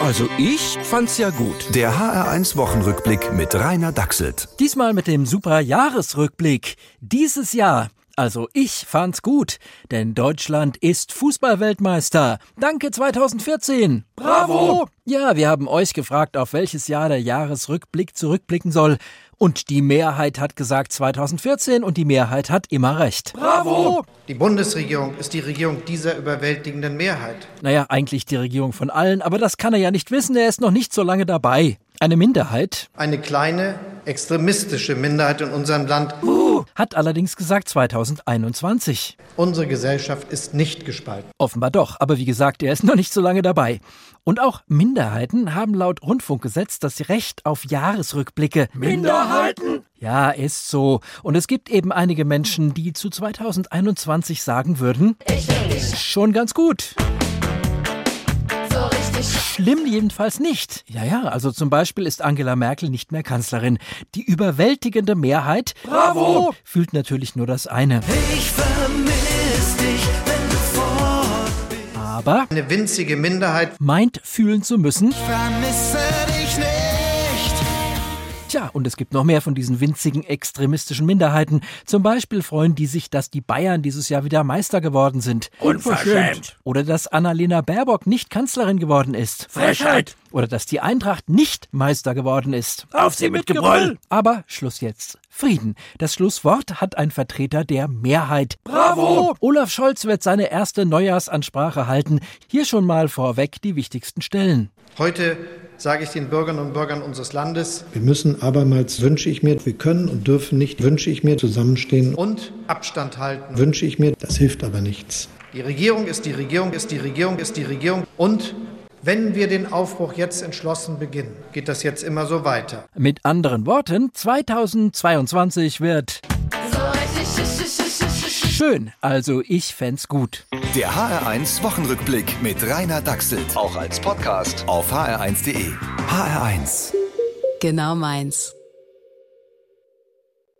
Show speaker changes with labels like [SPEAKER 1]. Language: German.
[SPEAKER 1] Also ich fand's ja gut.
[SPEAKER 2] Der HR1 Wochenrückblick mit Rainer Dachselt.
[SPEAKER 3] Diesmal mit dem Super Jahresrückblick. Dieses Jahr. Also ich fand's gut, denn Deutschland ist Fußballweltmeister. Danke 2014. Bravo! Ja, wir haben euch gefragt, auf welches Jahr der Jahresrückblick zurückblicken soll. Und die Mehrheit hat gesagt 2014 und die Mehrheit hat immer recht. Bravo!
[SPEAKER 4] Die Bundesregierung ist die Regierung dieser überwältigenden Mehrheit.
[SPEAKER 3] Naja, eigentlich die Regierung von allen, aber das kann er ja nicht wissen, er ist noch nicht so lange dabei. Eine Minderheit
[SPEAKER 4] Eine kleine extremistische Minderheit in unserem Land.
[SPEAKER 3] hat allerdings gesagt 2021.
[SPEAKER 4] Unsere Gesellschaft ist nicht gespalten.
[SPEAKER 3] Offenbar doch, aber wie gesagt, er ist noch nicht so lange dabei. Und auch Minderheiten haben laut Rundfunkgesetz das Recht auf Jahresrückblicke. Minderheiten? Ja, ist so. Und es gibt eben einige Menschen, die zu 2021 sagen würden, schon ganz gut.
[SPEAKER 5] so richtig.
[SPEAKER 3] Schlimm jedenfalls nicht. Ja, ja, also zum Beispiel ist Angela Merkel nicht mehr Kanzlerin. Die überwältigende Mehrheit Bravo! fühlt natürlich nur das eine. Aber
[SPEAKER 4] Eine winzige Minderheit
[SPEAKER 3] meint fühlen zu müssen. Tja, und es gibt noch mehr von diesen winzigen extremistischen Minderheiten. Zum Beispiel freuen die sich, dass die Bayern dieses Jahr wieder Meister geworden sind.
[SPEAKER 1] Unverschämt.
[SPEAKER 3] Oder dass Annalena Baerbock nicht Kanzlerin geworden ist.
[SPEAKER 1] Frechheit.
[SPEAKER 3] Oder dass die Eintracht nicht Meister geworden ist.
[SPEAKER 1] Auf sie mit Gebrüll.
[SPEAKER 3] Aber Schluss jetzt. Frieden. Das Schlusswort hat ein Vertreter der Mehrheit. Bravo! Olaf Scholz wird seine erste Neujahrsansprache halten. Hier schon mal vorweg die wichtigsten Stellen.
[SPEAKER 4] Heute sage ich den Bürgerinnen und Bürgern unseres Landes
[SPEAKER 6] Wir müssen abermals, wünsche ich mir, wir können und dürfen nicht, wünsche ich mir, zusammenstehen,
[SPEAKER 4] und Abstand halten.
[SPEAKER 6] wünsche ich mir, das hilft aber nichts.
[SPEAKER 4] Die Regierung ist die Regierung, ist die Regierung, ist die Regierung. Und wenn wir den Aufbruch jetzt entschlossen beginnen, geht das jetzt immer so weiter.
[SPEAKER 3] Mit anderen Worten, 2022 wird
[SPEAKER 5] So richtig.
[SPEAKER 3] schön. Also ich fänd's gut.
[SPEAKER 2] Der HR1 Wochenrückblick mit Rainer Dachselt. Auch als Podcast auf hr1.de. HR1.
[SPEAKER 7] Genau meins.